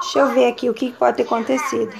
Deixa eu ver aqui o que pode ter acontecido.